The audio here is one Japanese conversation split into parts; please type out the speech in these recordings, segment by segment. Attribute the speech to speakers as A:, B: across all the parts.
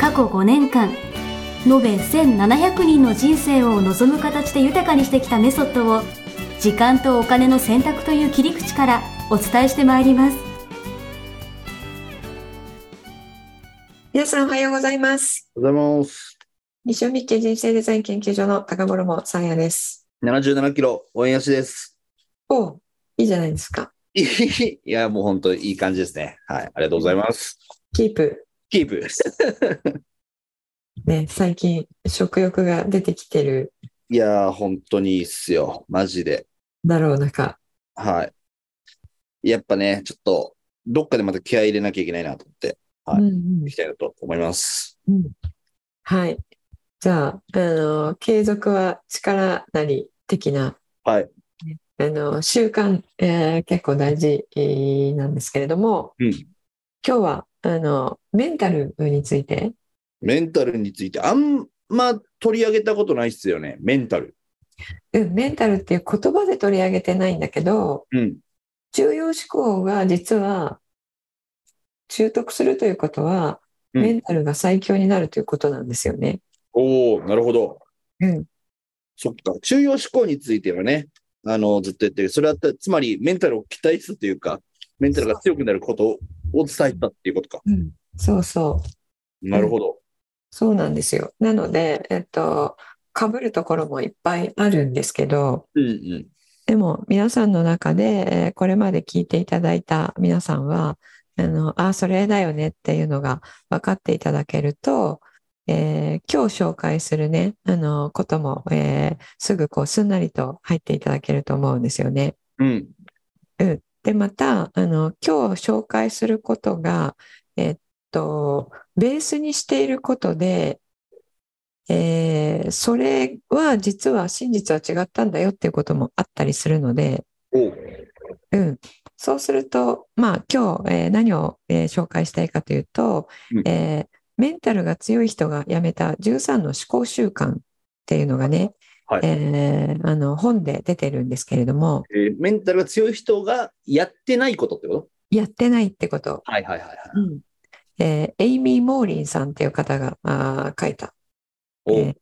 A: 過去5年間延べ1700人の人生を望む形で豊かにしてきたメソッドを時間とお金の選択という切り口からお伝えしてまいります
B: 皆さんおはようございます。
C: おはようございます。
B: 西尾日経人生デザイン研究所の高頃もさんやです。
C: 77キロ、応援足です。
B: おういいじゃないですか。
C: いや、もう本当いい感じですね。はい、ありがとうございます。
B: キープ。
C: キープ。
B: ね、最近食欲が出てきてる
C: いやー、本当にいいっすよ。マジで。
B: だろう中。
C: はい。やっぱね、ちょっと、どっかでまた気合い入れなきゃいけないなと思って、は
B: う
C: い
B: んうん
C: いきたいなと思います。
B: うんはい。じゃあ、あの、継続は力なり的な、
C: はい。
B: あの、習慣、えー結構大事えーなんですけれども、
C: うん
B: 今日は、あの、メンタルについて、
C: メンタルについて、あんま取り上げたことないっすよね。メンタル。
B: うん、メンタルっていう言葉で取り上げてないんだけど、
C: うん。
B: 重要思考が実は習得するということは、
C: うん
B: メンタルが最強になるということなんですよね。
C: おー、なるほど。
B: うん、
C: そっか。中央思考についてはね、あの、ずっと言ってる。それはた、つまりメンタルを鍛えつつというか、メンタルが強くなることを伝えたっていうことか。
B: そうそう、
C: なるほど。
B: そうなんですよ。なので、えっと、被るところもいっぱいあるんですけど、
C: うんうん。
B: でも皆さんの中で、えーこれまで聞いていただいた皆さんは、あの、あ、それだよねっていうのが分かっていただけると、えー今日紹介するね、あの、ことも、えーすぐこう、すんなりと入っていただけると思うんですよね。
C: うん。
B: で、また、あの、今日紹介することが、えっと、ベースにしていることで、えーそれは実は真実は違ったんだよっていうこともあったりするので、
C: おう
B: うん。そうすると、まあ、今日、えー何を、えー紹介したいかというと、
C: うん
B: えーメンタルが強い人がやめた13の思考習慣っていうのがね、
C: はい
B: えーあの、本で出てるんですけれども、
C: えーメンタルが強い人がやってないことってこと
B: やってないってこと。
C: はいはいはいはい。
B: えーエイミー・モーリンさんっていう方があー書いた、え
C: お
B: ー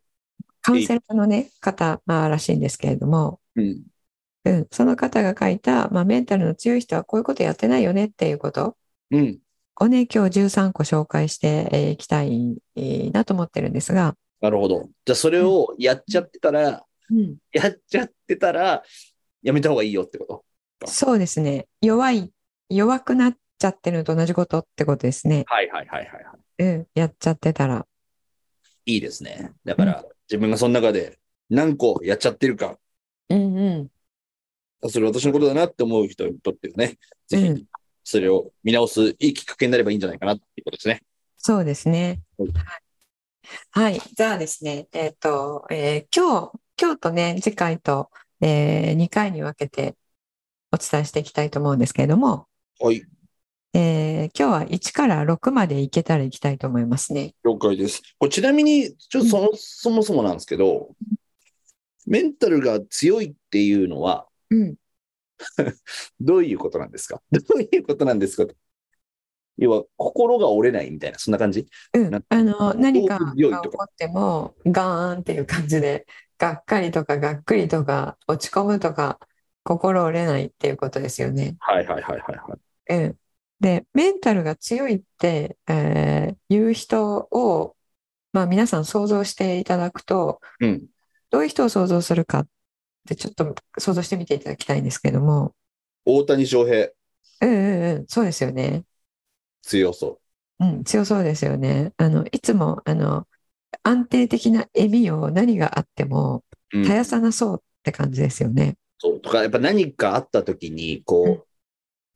B: カウンセラーの、ね、方あーらしいんですけれども、
C: うん。
B: うん、その方が書いた、まあ、メンタルの強い人はこういうことやってないよねっていうこと
C: うん。
B: をね今日13個紹介してえーいきたいえーなと思ってるんですが、
C: なるほど。じゃあ、それをやっちゃってたら、やっちゃってたら、やめた方がいいよってこと
B: そうですね弱い弱くなっちゃってるのと同じことってことですね、
C: はいはいはいはい。は
B: うん、やっちゃってたら。
C: いいいですね。だから、自分がその中で何個やっちゃってるか
B: うんうん
C: あそれ私のことだなって思う人にとってはね、ぜ
B: う
C: ひ
B: ん
C: それを見直すいいきっかけになればいいんじゃないかなっていうことですね。
B: そうですね。
C: は
B: はい。はいじゃあですね、えっと、えー今日、今日とね、次回と、え2回に分けてお伝えしていきたいと思うんですけれども、
C: はい、
B: えー今日は1から6までいけたらいきたいと思いますね。
C: 了解です。これちなみに、ちょっとそのそもそもなんですけど、メンタルが強いっていうのは、
B: うん。
C: どういうことなんですか どういうことなんですか要は、心が折れないみたいな、そんな感じ
B: うん
C: な。
B: あの、何かが
C: 強い
B: 起
C: とか
B: こっても、ガーンっていう感じで、がっかりとかがっくりとか、落ち込むとか、心折れないっていうことですよね。
C: はいはいはいはいはい。
B: うん、でメンタルが強いって、えーいう人を、まあ、皆さん想像していただくと
C: うん。
B: どういう人を想像するかってちょっと想像してみていただきたいんですけども、
C: 大谷翔平、
B: うんうんうん、そうですよね、
C: 強そ
B: うん、強そうですよねあのいつもあの安定的な笑みを何があっても
C: う。うん
B: 絶やさなそうって感じですよね。
C: そうとか、やっぱ何かあった時に、こう、
B: うん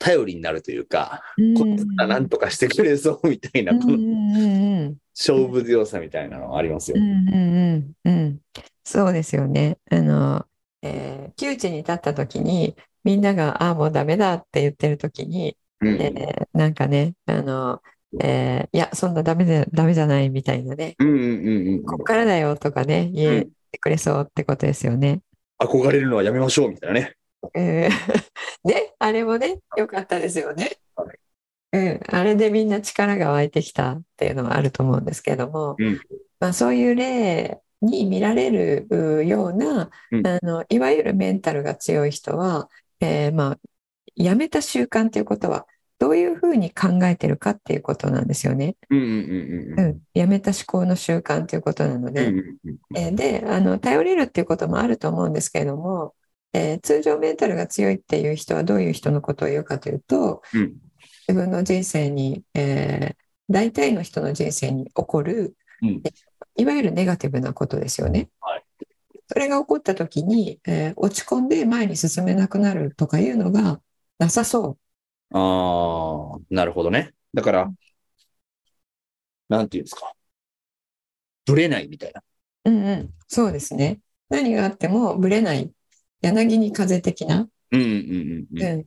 C: 頼りになるというか、
B: うん
C: こいつならなんとかしてくれそうみたいな、こ
B: う
C: の
B: んうんうん
C: 勝負強さみたいなのはありますよ
B: う。んうんうんうん、そうですよね。あの、えー窮地に立った時に、みんなが、ああ、もうダメだって言ってる時に、
C: うん
B: えーなんかね、あの、えーいや、そんなダメで、ダメじゃないみたいなね、
C: うんうんうんうん。
B: こっからだよとかね、言えてくれそうってことですよね。
C: 憧れるのはやめましょうみたいなね。
B: えーね、あれもね、良かったですよね
C: は。
B: うん、あれでみんな力が湧いてきたっていうのはあると思うんですけども、
C: うん
B: まあ、そういう例に見られるうような、
C: うん
B: あのいわゆるメンタルが強い人は、えーまあ、やめた習慣ということはどういうふうに考えてるかっていうことなんですよね。
C: うんうんうん
B: う
C: うん
B: ん、やめた思考の習慣ということなの
C: うん
B: で、
C: うんうん
B: えーであの頼れるっていうこともあると思うんですけれども、えー通常メンタルが強いっていう人はどういう人のことを言うかというと
C: うん
B: 自分の人生に、えー大体の人の人生に起こる、
C: うん
B: えいわゆるネガティブなことですよね。
C: はい
B: それが起こった時に、えー落ち込んで前に進めなくなるとかいうのがなさそ
C: ああ、なるほどね。だから、なんていうんですか。ぶれないみたいな。
B: う。うんうん、そうですね。何があってもぶれない柳に風的な
C: うんうんうんうん。
B: うんっ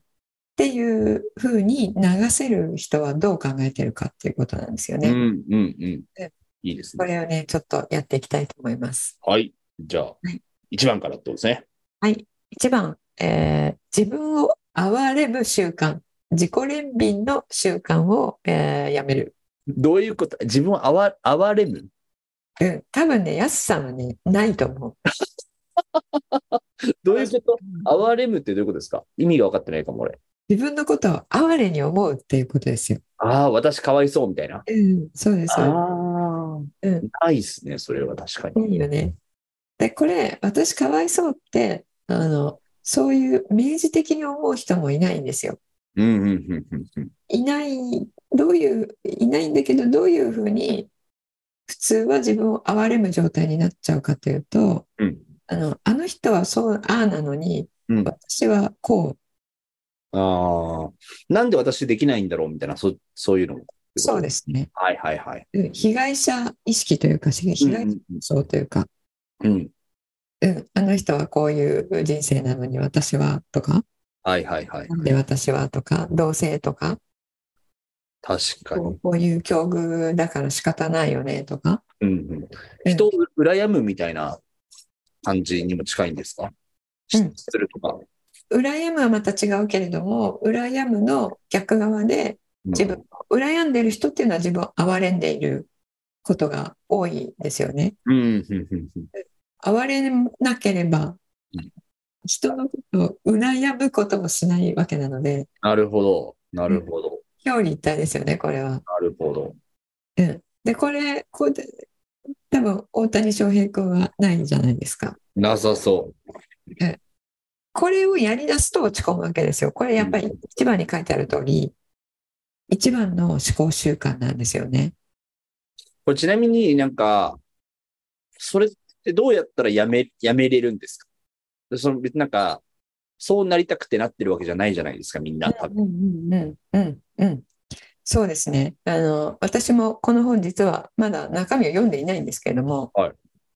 B: ていうふうに流せる人はどう考えてるかっていうことなんですよ
C: う
B: ね。
C: んうんうん
B: で。
C: いいです
B: こ
C: ね。
B: れをね、ちょっとやっていきたいと思います。
C: はい。じゃあ
B: い、
C: 一番からってことですね。
B: 1番、えー自分を憐れむ習慣、自己憐憫の習慣を、えーやめる。
C: どういうこと自分をあわ哀れむ
B: うん、多分ね、安さんはね、ないと思う。
C: どういうこと哀れむってどういうことですか意味が分かってないかも、俺。
B: 自分のことを哀れに思うっていうことですよ。
C: ああ、私かわいそうみたいな。
B: うん、そうです。そうです
C: ああ、
B: うん
C: ないっすね、それは確かに。
B: いいよね。で、これ、私かわいそうって、あの、そういう明示的に思う人もいないんですよ。
C: うんうんうんうんうん。
B: いない、どういう、いないんだけど、どういうふうに、普通は自分を憐れむ状態になっちゃうかというと、
C: うん
B: あの、あの人はそう、ああなのに、
C: うん
B: 私はこ
C: ああ、なんで私できないんだろうみたいな、そそういうのも。
B: う、そうですね。
C: はいはいはい。
B: うん被害者意識というか、被
C: うん
B: 害者そうというか、
C: うんうん。
B: うん、あの人はこういう人生なのに私はとか、
C: はいはいはい
B: な。んで私はとか、同性とか、
C: 確か
B: こ
C: に。
B: うこういう境遇だから仕方ないよねとか、
C: うんうん、人を羨むみたいな感じにも近いんですか、
B: うん
C: するとか。
B: 羨むはまた違うけれども羨むの逆側で自分羨んでる人っていうのは自分を憐れんでいることが多いですよね。
C: うん。うんうんうんうん
B: 憐れなければ
C: うん
B: 人のことを羨むこともしないわけなので
C: なるほど。なるほど。
B: 表裏一体ですよねこれは。
C: なるほど。
B: でこれこうで多分大谷翔平君はないじゃないですか。
C: なさそう。
B: これをやりだすと落ち込むわけですよ。これやっぱり一番に書いてある通り、一番の思考習慣なんですよね。
C: これちなみになんか、それってどうやったらやめ、やめれるんですかでその別になんか、そうなりたくてなってるわけじゃないじゃないですか、みんな。多分
B: うんうんうんうん。そうですね。あの、私もこの本実はまだ中身を読んでいないんですけれども、
C: はい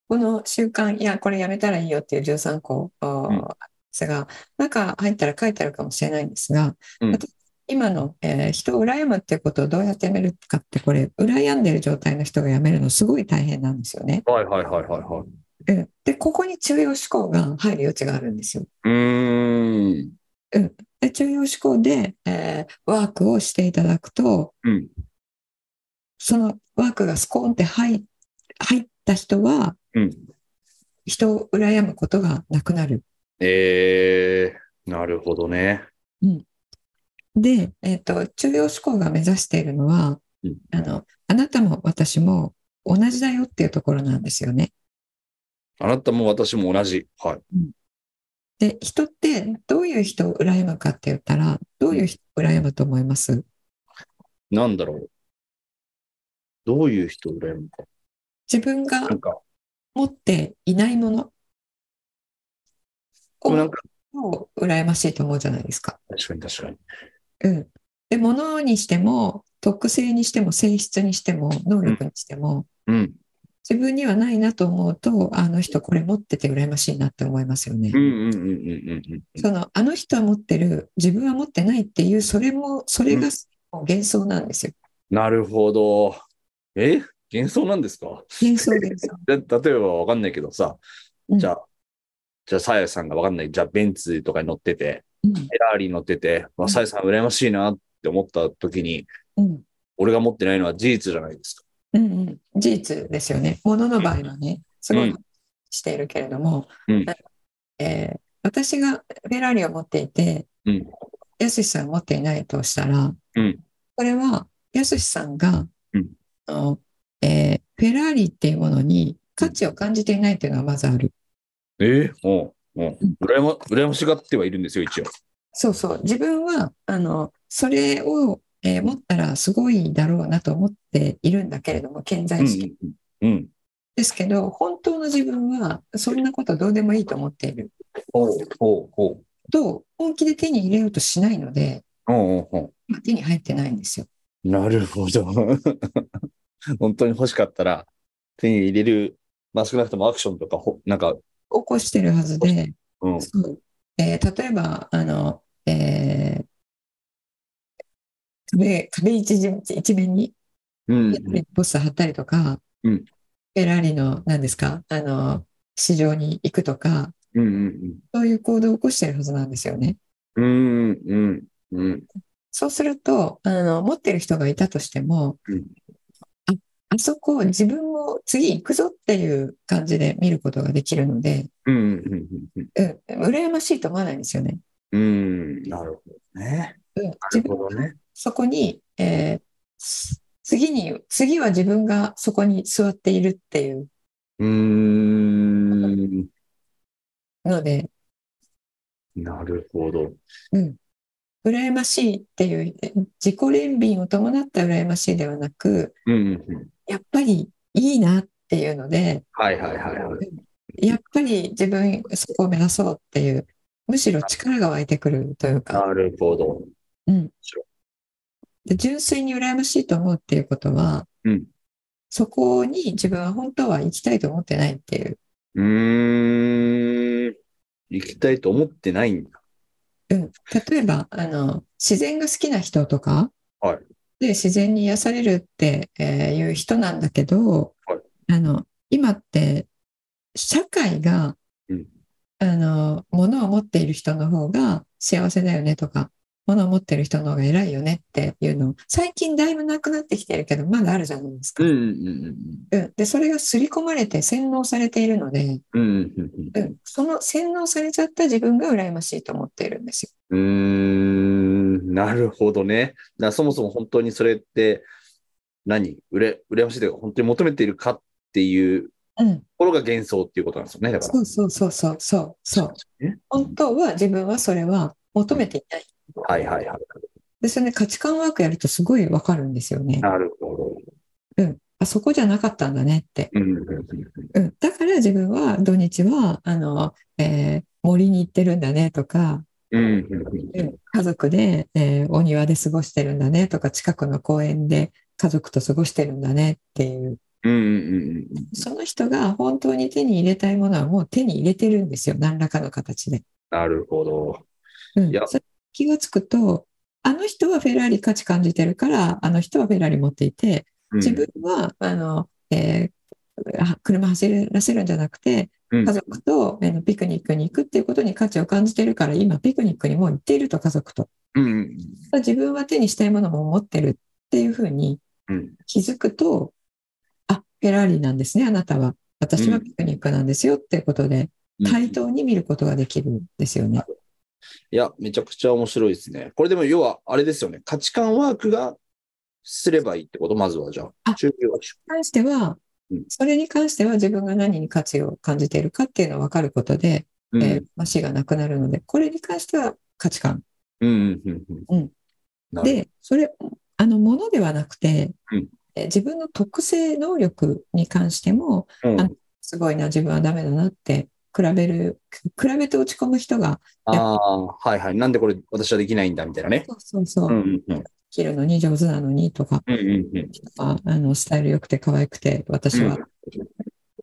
B: この習慣、いや、これやめたらいいよっていう13個あー
C: うん
B: ですが、中入ったら書いてあるかもしれないんですが、
C: うん
B: 私今の、えー人を羨むっていうことをどうやってやめるかって、これ、羨んでる状態の人がやめるのすごい大変なんですよね。
C: はいはいはいはいはい。
B: うんで、ここに中庸思考が入る余地があるんですよ。
C: うーん。
B: で中庸思考で、えーワークをしていただくと、
C: うん
B: そのワークがスコーンって入入った人は
C: うん。
B: 人を羨むことがなくなる。
C: えー、なるほどね。
B: で、えー、と中庸思考が目指しているのは
C: うん
B: あのあなたも私も同じだよっていうところなんですよね。
C: あなたも私も同じ。はい。
B: で人ってどういう人を羨むかって言ったらどういう人を羨むと思います
C: なんだろう。どういう人を羨むか。
B: 自分が
C: なんか、
B: 持っていないもの
C: で
B: を
C: もなんか、
B: を羨ましいと思うじゃないですか。
C: 確かに確かに。
B: うん、で物にしても特性にしても性質にしても能力にしても、
C: うん。
B: 自分にはないなと思うとあの人これ持ってて羨ましいなって思いますよね。
C: うんうんうんうんうんうん。
B: そのあの人は持ってる自分は持ってないっていうそれもそれがもう幻想なんですよ。
C: なるほど。え幻想なんですか
B: 幻想幻 想。
C: で例えばわかんないけどさ、
B: うん
C: じゃあ、じゃあ、さやさんがわかんない。じゃあ、ベンツとかに乗ってて、
B: うん
C: フェラーリに乗ってて、ま
B: う
C: あ、
B: ん
C: さやさん羨ましいなって思った時に、
B: うん
C: 俺が持ってないのは事実じゃないですか。
B: うんうん、事実ですよね。ものの場合はね、すごいしているけれども、
C: うん
B: なんかえー私がフェラーリを持っていて、
C: うん
B: やすしさんを持っていないとしたら、
C: うん
B: これはやすしさんが、
C: うん
B: あのえーフェラーリっていうものに価値を感じていないというのはまずある。
C: えもう、も
B: うん
C: う、羨ま、羨ましがってはいるんですよ、一応。
B: そうそう、自分はあのそれを、えー持ったらすごいだろうなと思っているんだけれども、健在している
C: うん。うん。
B: ですけど、本当の自分はそんなことどうでもいいと思っている
C: ほうほうほう。
B: と、本気で手に入れようとしないので、
C: ほうほうほ
B: まあ手に入ってないんですよ。
C: う。なるほど。 本当に欲しかったら、手に入れる、まあ、少なくともアクションとか、ほなんか、
B: 起こしてるはずで、
C: うん。
B: そうえー例えば、あの、えー壁壁一面一面に
C: うん。
B: ポスター貼ったりとか、
C: うん
B: フェラーリの何ですかあの市場に行くとか
C: うんうん
B: そういう行動を起こしてるはずなんですよね。
C: うん。うんうんうん。
B: そうするとあの持ってる人がいたとしても、
C: うん
B: ああそこ自分も次行くぞっていう感じで見ることができるので、
C: うんうんうん
B: うん、羨ましいと思わないんですよね。
C: うん。なるほどね。
B: うん、
C: な
B: 自
C: る
B: 分
C: ほどね。
B: そこに、えーす次に次は自分がそこに座っているっていう
C: うーん。
B: ので
C: なるほど。
B: 羨ましいっていうえ自己憐憫を伴った羨ましいではなく
C: うんうんうん。
B: やっぱりいいなっていうので
C: はいはいはいはい。
B: やっぱり自分そこを目指そうっていうむしろ力が湧いてくるという
C: な
B: か、
C: るほど。
B: うん
C: 白、
B: で純粋に羨ましいと思うっていうことは、
C: うん
B: そこに自分は本当は行きたいと思ってないっていう、
C: うーん。行きたいと思ってないんだ。
B: うん、例えばあの自然が好きな人とか、
C: はい
B: で自然に癒されるってえーいう人なんだけど、
C: はい
B: あの今って社会が、
C: うん
B: あの物を持っている人の方が幸せだよねとか物を持っている人の方が偉いよねっていうの最近だいぶなくなってきてるけどまだあるじゃないですか。
C: うん
B: うんでそれが刷り込まれて洗脳されているので、
C: うんうんうん。うん
B: うん、その洗脳されちゃった自分が羨ましいと思っているんですよ。
C: うーん。なるほどね。だからそもそも本当にそれって何、うれ羨ましいというか、本当に求めているかっていう
B: う
C: と
B: ん
C: ころが幻想っていうことなんですよね。だから。
B: そうそうそうそうそうそう。
C: ね
B: 本当は自分はそれは求めていない。
C: はいはいはい。
B: で、それね、価値観ワークやるとすごいわかるんですよね。
C: なるほど。
B: あそこじゃなかったんだねって。
C: うんうんう
B: うん。だから自分は土日は、あの、えー森に行ってるんだねとか、
C: んうんうん
B: うん家族で、えーお庭で過ごしてるんだねとか、近くの公園で家族と過ごしてるんだねっていう。
C: うんうん
B: その人が本当に手に入れたいものはもう手に入れてるんですよ。何らかの形で。
C: なるほど。
B: うん
C: いや
B: それ気がつくと、あの人はフェラーリ価値感じてるから、あの人はフェラーリ持っていて、
C: うん
B: 自分は、あの、えーは車走らせるんじゃなくて、
C: うん
B: 家族と、あのピクニックに行くっていうことに価値を感じてるから、今ピクニックにもう行っていると家族と。
C: うんうん
B: 自分は手にしたいものも持ってるっていうふうに
C: うん
B: 気づくと、あ、フェラーリなんですね、あなたは。私はピクニックなんですよっていうことで、
C: うん
B: 対等に見ることができるんですよね。
C: いや、めちゃくちゃ面白いですね。これでも要は、あれですよね。価値観ワークがすればいいってこと、まずはじゃあ。
B: あ
C: 中級は中
B: 関しては
C: うん、
B: それに関しては自分が何に価値を感じているかっていうのを分かることで、
C: うん
B: えー、まあ死がなくなるので、これに関しては価値観。
C: うんうんうん
B: うん
C: なる
B: で、それ、あの、ものではなくて
C: うん、
B: えー自分の特性能力に関しても、
C: ほどうん
B: すごいな、自分はダメだなって比べる、比べて落ち込む人が、
C: ああ、はいはい。なんでこれ私はできないんだみたいなね。
B: そうそうそう、
C: うん
B: で
C: うんうん。
B: きるのに上手なのにとか、
C: うんうんうん。
B: ああのスタイル良くて可愛くて、私は、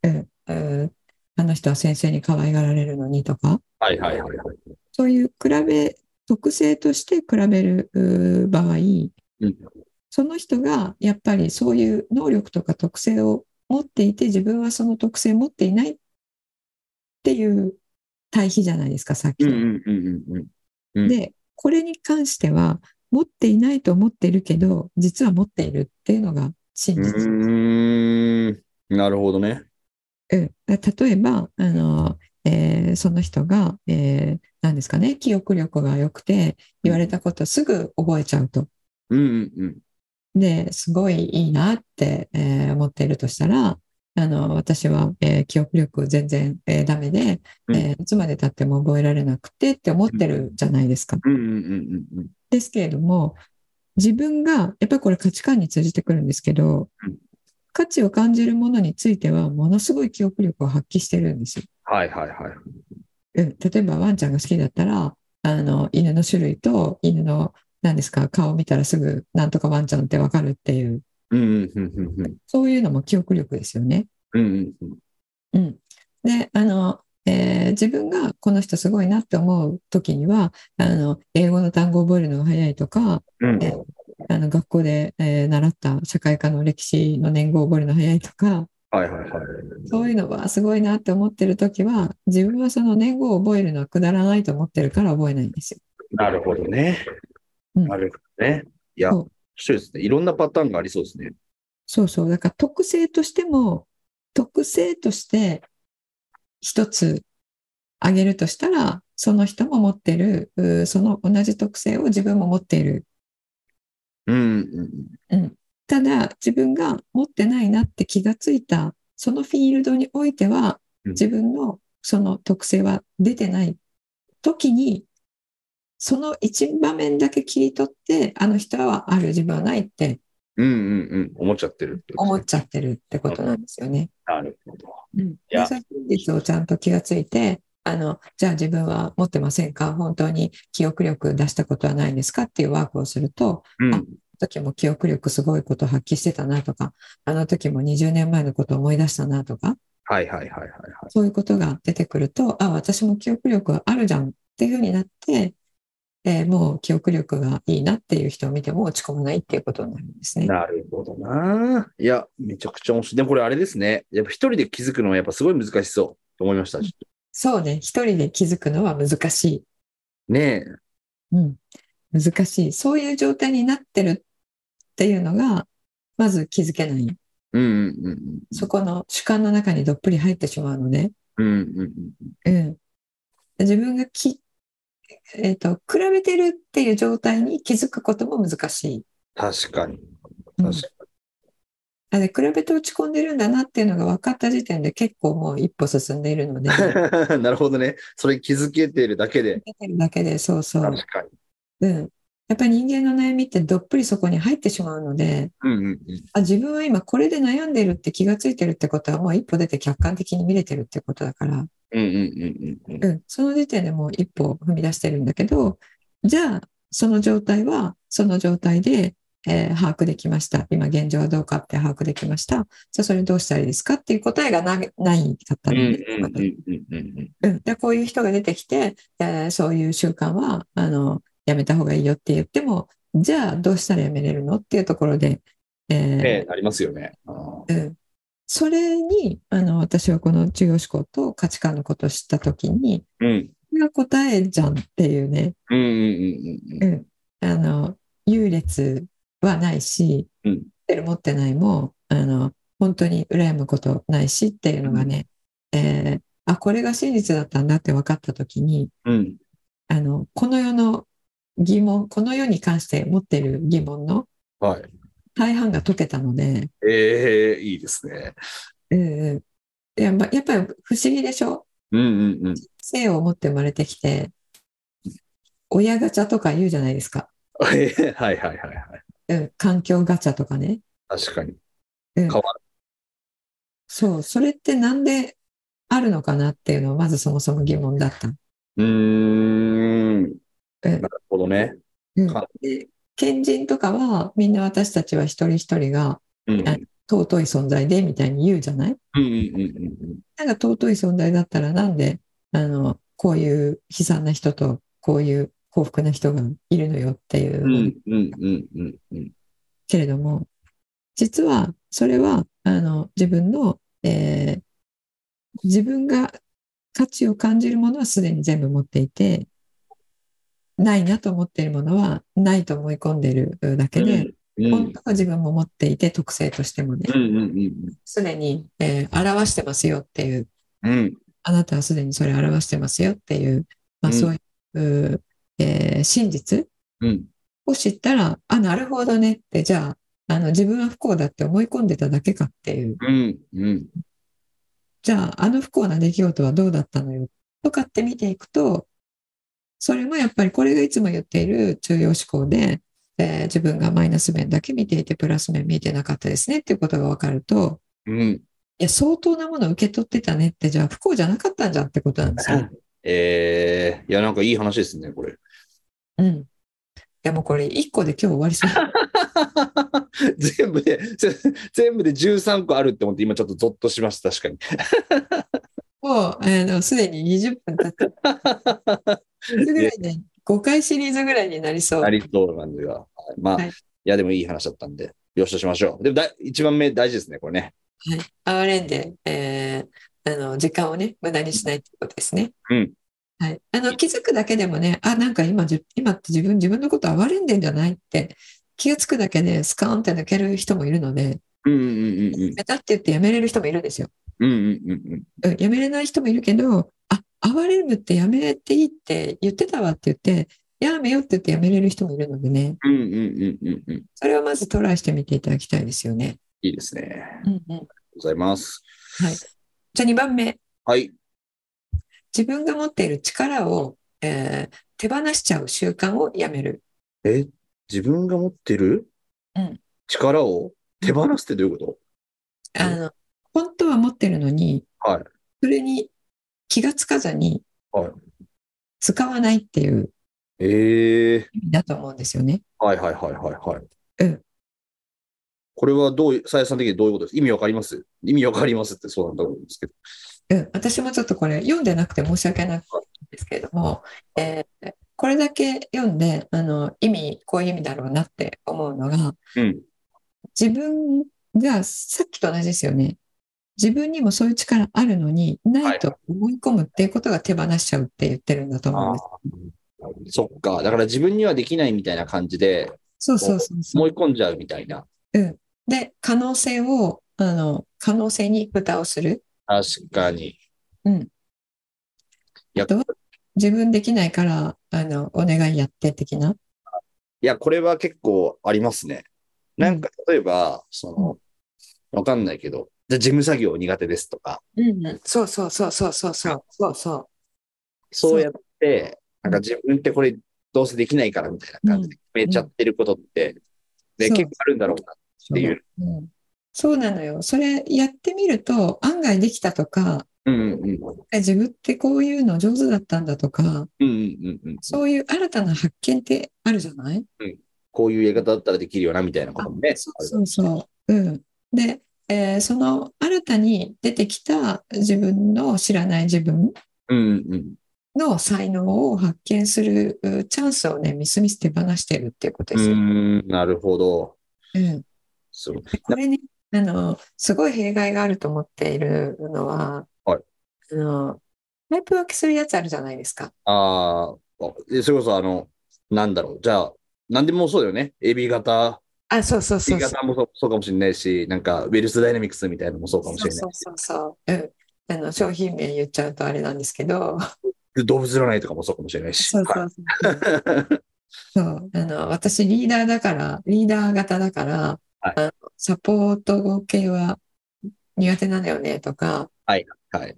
B: うんうんあの人は先生に可愛がられるのにとか、
C: はいはいはいはい。
B: そういう比べ、特性として比べるう場合、
C: うん
B: その人がやっぱりそういう能力とか特性を持っていて、自分はその特性を持っていないっていう対比じゃないですか、さっき
C: うん
B: の。
C: うんうんうんうん。うん
B: で、これに関しては、持っていないと思っているけど、実は持っているっていうのが真
C: う
B: 実。
C: ーん。なるほどね。
B: うん、例えば、あの、えーその人が、えー、何ですかね、記憶力が良くて、言われたことすぐ覚えちゃうと。
C: うんうんうん。
B: で、すごいいいなって、えー思っているとしたら、あの、私は、えー記憶力全然、えーダメで、
C: うん
B: えーいつまで経っても覚えられなくてって思ってるじゃないですか。
C: うんうんうんうんうん。
B: ですけれども、自分が、やっぱりこれ価値観に通じてくるんですけど
C: うん、
B: 価値を感じるものについては、ものすごい記憶力を発揮してるんですよ。
C: はいはいはい。
B: うん例えばワンちゃんが好きだったらあの犬の種類と犬の何ですか顔を見たらすぐなんとかワンちゃんってわかるっていう
C: うんうんうんうんうん。
B: そういうのも記憶力ですよね。
C: うんうんうん。
B: うん、であの、えー自分がこの人すごいなって思う時にはあの英語の単語を覚えるのが早いとか
C: うん
B: ねあの学校で、えー習った社会科の歴史の年号を覚えるのが早いとか
C: はいはいはい。
B: そういうのはすごいなって思ってる時は自分はその年号を覚えるのはくだらないと思ってるから覚えないんですよ。
C: なるほどね。
B: うん
C: なるほどね。いや、
B: そう
C: 面白いですね。いろんなパターンがありそうですね。
B: そうそう。だから特性としても、特性として一つ挙げるとしたら、その人も持ってる、うーその同じ特性を自分も持っている。
C: うんうん
B: ただ、自分が持ってないなって気がついた、そのフィールドにおいては、
C: うん
B: 自分のその特性は出てない時に、その一場面だけ切り取って、あの人はある、自分はないって
C: うん。うんうんうん。思っちゃってるってこと
B: 思
C: で
B: っちゃってるってことなんですよね。
C: すねなるほど。
B: うん、で
C: や
B: その真実をちゃんと気がついてあのじゃあ自分は持ってませんか本当に記憶力出したことはないんですかっていうワークをすると
C: うん。
B: あ時も記憶力すごいこと発揮してたなとかあの時も20年前のことを思い出したなとか
C: はいはいはいはいはい。
B: そういうことが出てくるとあ私も記憶力あるじゃんっていうふうになって、えーもう記憶力がいいなっていう人を見ても落ち込まないっていうことになるんですね。
C: なるほどな。いや、めちゃくちゃ面白い。でもこれあれですね。やっぱ一人で気づくのはやっぱすごい難しそうと思いました。
B: そうね一人で気づくのは難しい
C: ねえ。
B: うん、難しい。そういう状態になってるっていうのが、まず気づけない。
C: うんうんうんうん。
B: そこの主観の中にどっぷり入ってしまうのね。
C: うんうんうん。
B: うん。自分がき、えっ、と、比べてるっていう状態に気づくことも難しい。
C: 確かに。
B: う
C: 確
B: ん
C: かに。
B: あで比べて落ち込んでるんだなっていうのが分かった時点で結構もう一歩進んでいる ので、
C: なるほどね。それに気づけてるだけで。
B: 見てるだけでそうそう。
C: 確かに。
B: うん。やっぱり人間の悩みってどっぷりそこに入ってしまうので、
C: うんうんうん。
B: あ、自分は今これで悩んでるって気がついてるってことはもう一歩出て客観的に見れてるってことだから、
C: うんうんうんうんうん。
B: うん、その時点でもう一歩踏み出してるんだけど、じゃあその状態はその状態で、えー把握できました。今現状はどうかって把握できました。じゃあそれどうしたらいいですかっていう答えがな、ないかった
C: うん
B: の
C: うん
B: で、
C: うんうんうんう
B: う
C: ん。
B: ん、でこういう人が出てきて、えーそういう習慣はあのやめた方がいいよって言っても、じゃあどうしたらやめれるのっていうところで、えー
C: ねえ、なりますよね。あー
B: うんそれにあの私はこの中央思考と価値観のことを知った時に
C: うん。
B: これが答えじゃんっていうね、
C: うんうんうんうん
B: う。ん、あの優劣はないし、
C: うん
B: 持ってる持ってないもあの本当に羨むことないしっていうのがね、えーあこれが真実だったんだって分かった時に
C: うん。
B: あのこの世の疑問この世に関して持ってる疑問の
C: はい。
B: 大半が解けたので。
C: ええ、いいですね。
B: うんうん、やっぱやっぱり不思議でしょ
C: うんうん うん。
B: 性を持って生まれてきて親ガチャとか言うじゃないですか、
C: ええはいはいはいはい。
B: うん、環境ガチャとかね
C: 確かに。
B: うん
C: 変わ
B: そうそれってなんであるのかなっていうのは、まずそもそも疑問だった。
C: うーん。な
B: うん
C: るほどね。
B: うん
C: か
B: で賢人とかは、みんな私たちは一人一人が
C: うん。うん
B: はい尊い存在でみたいに言うじゃない
C: うんうんうん
B: なんか尊い存在だったらなんであのこういう悲惨な人とこういう幸福な人がいるのよっていう、
C: うん。うんうんうんうんうん。
B: けれども実はそれはあの自分の、えー自分が価値を感じるものはすでに全部持っていてないなと思っているものはないと思い込んでいるだけで、
C: うん
B: 本当は自分も持っていて特性としてもね
C: うんうん
B: すでに、えー表してますよっていう
C: うんうん。
B: あなたはすでにそれを表してますよっていう、まあ、
C: うん
B: そういう、えー真実
C: うん。
B: を知ったら、あ、なるほどねって、じゃあ、あの自分は不幸だって思い込んでただけかっていう、
C: うんうん。
B: じゃあ、あの不幸な出来事はどうだったのよとかって見ていくと、それもやっぱりこれがいつも言っている中庸思考で、えー自分がマイナス面だけ見ていて、プラス面見えてなかったですねっていうことが分かると、
C: うん。
B: いや、相当なものを受け取ってたねって、じゃあ不幸じゃなかったんじゃんってことなんですよ。
C: えー、いや、なんかいい話ですね、これ。
B: うん。いやもうこれ1個で今日終わりそう。
C: 全部で、ぜ全部で13個あるって思って、今ちょっとゾッとしました、確かに。
B: もう、あの、すでに20分経ってるぐらいで、5回シリーズぐらいになりそう
C: あ。りそうなんですが。まあ、
B: はい
C: い、や、でもいい話だったんで、よしとしましょう。でもだ、一番目大事ですね、これね。
B: 哀れんで、えーあの、時間をね、無駄にしないってことですね。
C: うん
B: はい。あの、気づくだけでもね、あ、なんか今、じゅ今って自分、自分のこと哀れんでんじゃないって、気がつくだけでスカーンって抜ける人もいるので、
C: うんうんうんうん。
B: やったって言ってやめれる人もいるんですよ。
C: うんうんうんうん。
B: うんやめれない人もいるけど、あ、哀れむってやめていいって言ってたわって言って、やめようって言ってやめれる人もいるのでね、
C: うんうんうんうんうん。
B: それをまずトライしてみていただきたいですよね。
C: いいですね。ありがと
B: うんうん、
C: うございます。
B: じゃあ2番目、
C: はい。
B: 自分が持っている力を、えー手放しちゃう習慣をやめる。
C: え、自分が持ってる
B: うん
C: 力を手放すってどういうこ
B: あの本当は持ってるのに、
C: はい
B: それに気がつかずに
C: はい
B: 使わないっていう
C: とええ
B: 意味だと思うんですよね。
C: はいはいはいはいは
B: う
C: い。
B: ん
C: これはどうい、さやさん的にどういうことです意味わかります意味わかりますってそうなんだと思うんですけど。
B: うん、私もちょっとこれ読んでなくて申し訳ないんですけれども、えーこれだけ読んであの意味こういう意味だろうなって思うのが
C: うん。
B: 自分がさっきと同じですよね自分にもそういう力あるのにないと思い込むっていうことが手放しちゃうって言ってるんだと思うんです。
C: そっか。だから自分にはできないみたいな感じで、
B: そうそうそうそう
C: 思い込んじゃうみたいな。
B: で可能性をあの可能性に蓋をする
C: 確かに。いや
B: あとは自分できないからあのお願いやって的ない
C: や、これは結構ありますね。なんか、例えば、その、わかんないけど、じゃあ事務作業苦手ですとか、
B: うんうん、そうそうそうそうそうそうそうそう
C: そうやって、なんか自分ってこれどうせできないからみたいな感じで決めちゃってることって、ね
B: そう
C: 結構あるんだろうなっていう。
B: うんそうなのよ。それやってみると案外できたとか、
C: うんうんうん。
B: え自分ってこういうの上手だったんだとか、
C: うんうんうんうん。
B: そういう新たな発見ってあるじゃない
C: こういうやり方だったらできるよな、みたいなこともね。
B: そうそうそう。うん。で、えーその新たに出てきた自分の知らない自分
C: うんうん。
B: の才能を発見するうチャンスをね、みすみす手放してるっていうこと
C: う
B: ですよ。
C: ーん、なるほど。
B: うん。
C: そう。
B: これね、あの、すごい弊害があると思っているのは、
C: はい
B: あの、タイプ分けするやつあるじゃないですか。
C: あーあ、でそれこそ、あの、なんだろう。じゃあ、なんでもそうだよね。AB 型、
B: あ、そうそうそ
C: B
B: うそう。
C: 型もそうそうかもしれないし、なんか、ウェルスダイナミクスみたいなのもそうかもし
B: そう
C: れな
B: そうそうそう。うん。あの、商品名言っちゃうとあれなんですけど、
C: い。動物占いとかもそうかもしれないし。
B: そうそうそう。そう。あの、私リーダーだから、リーダー型だから、
C: はい
B: あのサポート系は苦手なのよねとか、
C: はい。はい。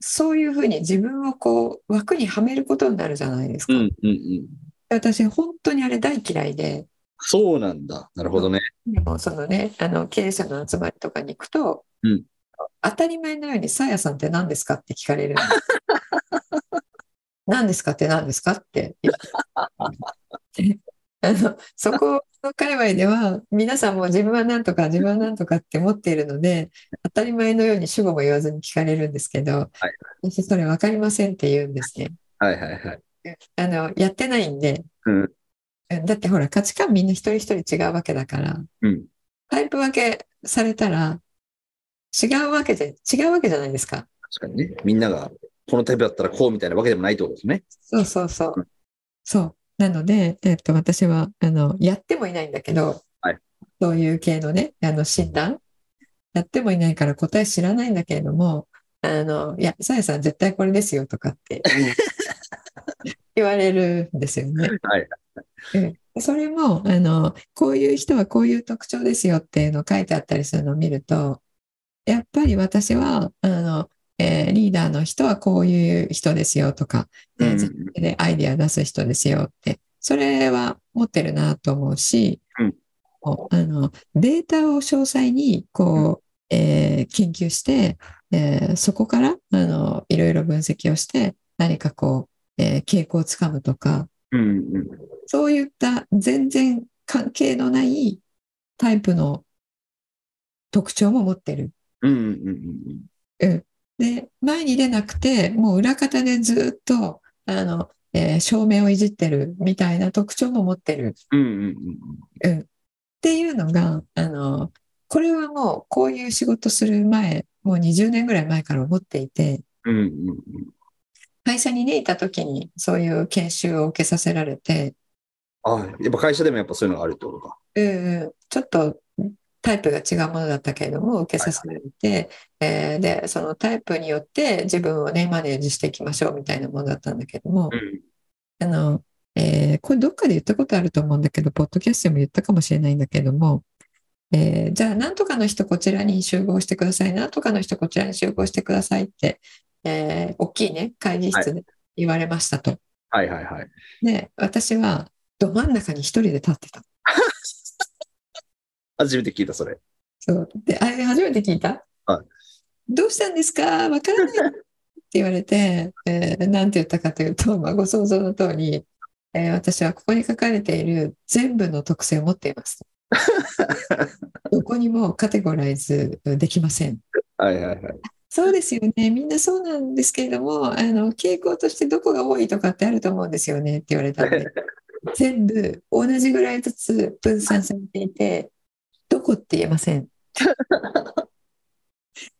B: そういうふうに自分をこう枠にはめることになるじゃないです
C: う
B: か。
C: んうんうん。
B: 私本当にあれ大嫌いで、
C: そうなんだ。なるほどね。
B: でもそのね、あの経営者の集まりとかに行くと、
C: うん
B: 当たり前のように、さやさんって何ですかって聞かれるんです。 何ですかって何ですかって言って。あのそこの界隈では皆さんも自分は何とか自分は何とかって持っているので当たり前のように主語も言わずに聞かれるんですけど、私それ分かりませんって言うんですね。
C: はいはいはい。
B: あの、やってないんで、
C: うん。
B: だってほら、価値観みんな一人一人違うわけだから、
C: うん。
B: タイプ分けされたら、違うわけで、違うわけじゃないですか。
C: 確かにね。みんなが、このタイプだったらこうみたいなわけでもないってことで すね。
B: そうそうそうう。そう。なので、えっと、私は、あの、やってもいないんだけど、
C: はい
B: そういう系のね、あの、診断。やってもいないから答え知らないんだけれども、あの、いや、さやさん絶対これですよとかって言われるんですよね。
C: はい。
B: うんそれも、あの、こういう人はこういう特徴ですよっていうのを書いてあったりするのを見ると、やっぱり私は、あの、えーリーダーの人はこういう人ですよとか、
C: う
B: えー
C: ん。
B: 自分でアイディア出す人ですよって、それは持ってるなと思うし、
C: うん
B: こうあの、データを詳細に、こう、えー研究して、えーそこから、あの、いろいろ分析をして、何かこう、えー傾向をつかむとか、
C: うん。うん。
B: そういった全然関係のないタイプの特徴も持ってる。
C: うん。うん。うん
B: うんで、前に出なくて、もう裏方でずっと、あの、えー照明をいじってるみたいな特徴も持ってる。っ
C: うん。うん。
B: ていうのが、あの、これはもうこういう仕事する前、もう20年ぐらい前から思っていて、
C: うん。うん。うん。
B: 会社にね、いた時にそういう研修を受けさせられて、
C: あ、やっぱ会社でもやっぱそういうのがあるってことか。
B: うんうん、ちょっとタイプが違うものだったけれども受けさせられて、えーでそのタイプによって自分をねマネージしていきましょうみたいなものだったんだけども、
C: うん。
B: あの、えーこれどっかで言ったことあると思うんだけど、ポッドキャストでも言ったかもしれないんだけども、えーじゃあ、なんとかの人こちらに集合してください、なんとかの人こちらに集合してくださいって、えー大きいね、会議室で言われましたと。
C: はいはいはい。
B: で、私はど真ん中に一人で立ってた。
C: 初めて聞いた、それ。
B: そう。で、あれ初めて聞いた
C: は
B: どうしたんですかわからないって言われて、えーなんて言ったかというと、まあ、ご想像の通り、えー私はここに書かれている全部の特性を持っています。どこにもカテゴライズできません。
C: はいはいはい。
B: そうですよね。みんなそうなんですけれども、あの、傾向としてどこが多いとかってあると思うんですよねって言われたんで、 全部同じぐらいずつ分散されていて、どこって言えま せん。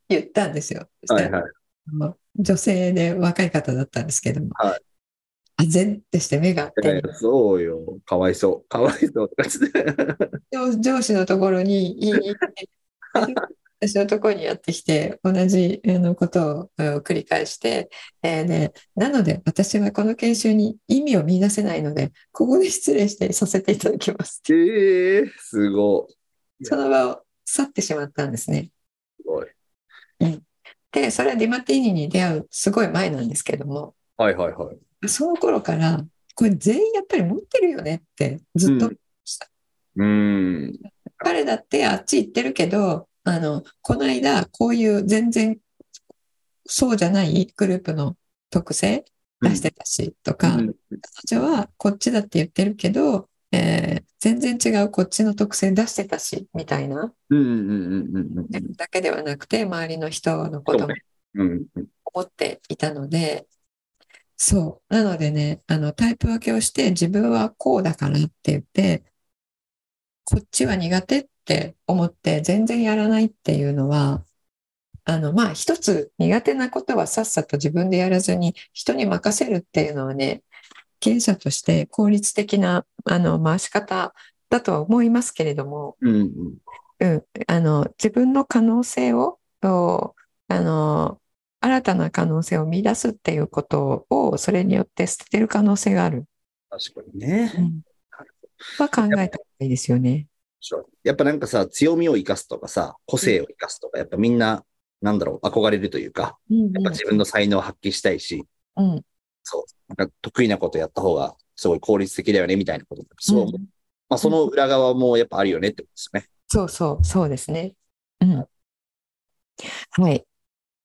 B: 言ったんですよ。そ
C: は
B: した
C: い
B: ら
C: はい。
B: あの女性で若い方だったんですけども、
C: は
B: あぜんってして目があっ
C: いや
B: て
C: い、やそうよ。かわいそう。かわいそうとか言って。
B: 上上司のところに言いに行って、私のところにやってきて、同じあのことをうん繰り返して、えーね、なので私はこの研修に意味を見出せないので、ここで失礼してさせていただきます。
C: ええすごい。
B: その場を去ってしまったんですね。
C: すごい。
B: で、それはディマティーニに出会うすごい前なんですけども、
C: はいはいはい。
B: その頃から、これ全員やっぱり持ってるよねってずっと
C: うーん。
B: 彼だってあっち行ってるけど、あの、この間、こういう全然そうじゃないグループの特性出してたし、とか、
C: うん
B: 彼女はこっちだって言ってるけど、えー全然違うこっちの特性出してたし、みたいな、
C: うんうんうんうんうんうん。
B: だけではなくて、周りの人のこと
C: そう
B: も
C: ねうんうん
B: 思っていたので、そう。なのでね、あの、タイプ分けをして、自分はこうだからって言って、こっちは苦手って思って、全然やらないっていうのは、あの、まあ、一つ苦手なことはさっさと自分でやらずに、人に任せるっていうのはね、経営者として効率的な、あの、回し方だとは思いますけれども、
C: うんうん。
B: うん、あの自分の可能性ををあの新たな可能性を見出すっていうことをそれによって捨ててる可能性がある、
C: 確かにね。
B: は考えた方がいいですよね。
C: やっぱなんかさ、強みを生かすとかさ、個性を生かすとか、やっぱみんな、なんだろう、憧れるというか、
B: うん
C: やっぱ自分の才能を発揮したいし、
B: うんうん
C: そう、なんか得意なことやった方が、すごい効率的だよね、みたいなこと。そう、まあその裏側もやっぱあるよねってことですね。
B: そうそうそうですね。うん、はい。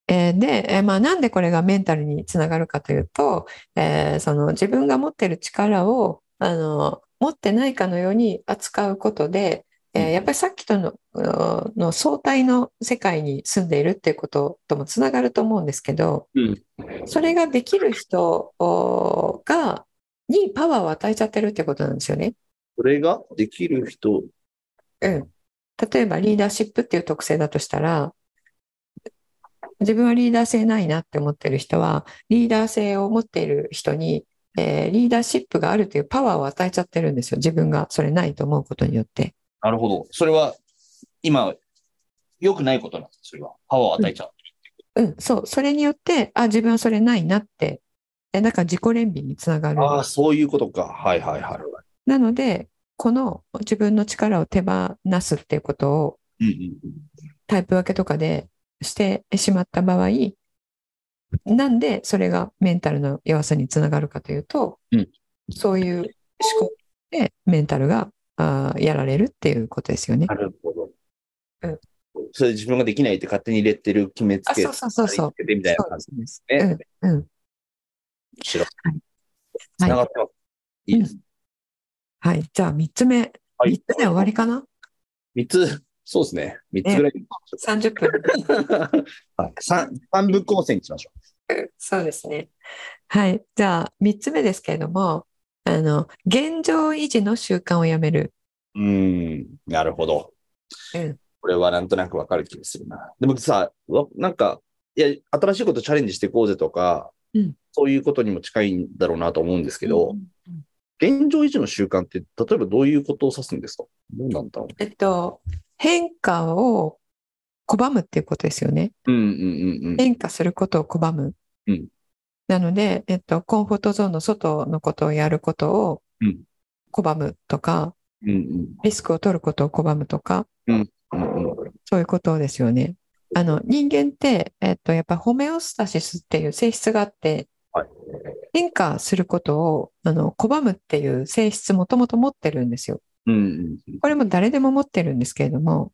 B: えーで、えーまあ、なんでこれがメンタルにつながるかというと、えーその自分が持ってる力をあの持ってないかのように扱うことで、えーやっぱりさっきとののの相対の世界に住んでいるっていうことともつながると思うんですけど、
C: うん
B: それができる人おがにパワーを与えちゃってるってことなんですよね。
C: それができる人、
B: うん、例えばリーダーシップっていう特性だとしたら自分はリーダー性ないなって思ってる人はリーダー性を持っている人に、えーリーダーシップがあるというパワーを与えちゃってるんですよ自分がそれないと思うことによって。
C: なるほど。それは、今、良くないことなんです、それは。パワーを与えちゃう。
B: うん、そうそれによってあ自分はそれないなってえだから自己憐憫につながる
C: ああ、そういうことか。はいはいはい。
B: なのでこの自分の力を手放すっていうことを
C: うんうんうん
B: タイプ分けとかでしてしまった場合、なんでそれがメンタルの弱さにつながるかというと、
C: うん
B: そういう思考でメンタルがあーやられるっていうことですよね
C: な。るほど。
B: うん
C: それ自分ができないって勝手に入れてる決めつ
B: あ、
C: け
B: そうそうそうそう。
C: つけてみたいな
B: そう
C: 感じ
B: です
C: ね。
B: そううんうん
C: 白い
B: はい
C: つながってます。いいです。
B: はい。じゃあ3つ目。
C: はい
B: 3つ目終わりかな
C: 三つ、そうですね。三つぐらいにしましょ
B: ?30 分。
C: う。はい三三部構成にしましょ
B: そうですね。はい。じゃあ3つ目ですけれども、あの、現状維持の習慣をやめる。
C: う。うーん、なるほど。
B: うん
C: これはなんとなくわかる気がするな。でもさ、わなんか、いや、新しいことチャレンジしていこうぜとか、
B: うん
C: そういうことにも近いんだろうなと思うんですけど、
B: うん
C: 現状維持の習慣って、例えばどういうことを指すんですかどうなんだろ
B: えっと、変化を拒むっていうことですよね。
C: う。うんうんうんうん。
B: 変化することを拒む。
C: うん
B: なので、えっと、コンフォートゾーンの外のことをやることを
C: うん
B: 拒むとか、
C: うんうん
B: リスクを取ることを拒むとか、
C: うんうん
B: そういうことですよね。あの、人間って、えっと、やっぱホメオスタシスっていう性質があって、
C: はい
B: 変化することをあの拒むっていう性質もともと持ってるんですよ。
C: うん
B: これも誰でも持ってるんですけれども、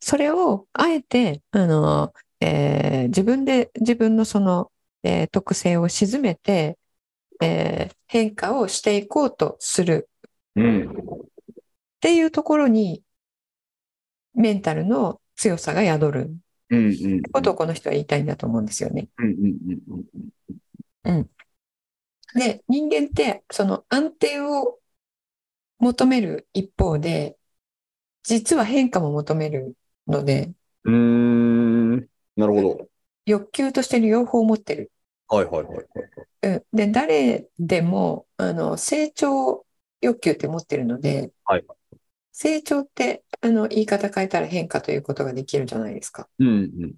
B: それをあえて、あの、えー自分で自分のその、えー特性を沈めて、えー変化をしていこうとする
C: うんうん。
B: っていうところに、メンタルの強さが宿る
C: うんうん。
B: ことをこの人は言いたいんだと思うんですよね。
C: うんうんうんうん。
B: で、人間ってその安定を求める一方で、実は変化も求めるので、
C: うーん、なるほど。
B: 欲求として両方持ってる。
C: はいはいはいはい。
B: うん、で、誰でも、あの、成長欲求って持ってるので、
C: はい
B: 成長って、あの、言い方変えたら変化ということができるじゃないですか。
C: うんうん。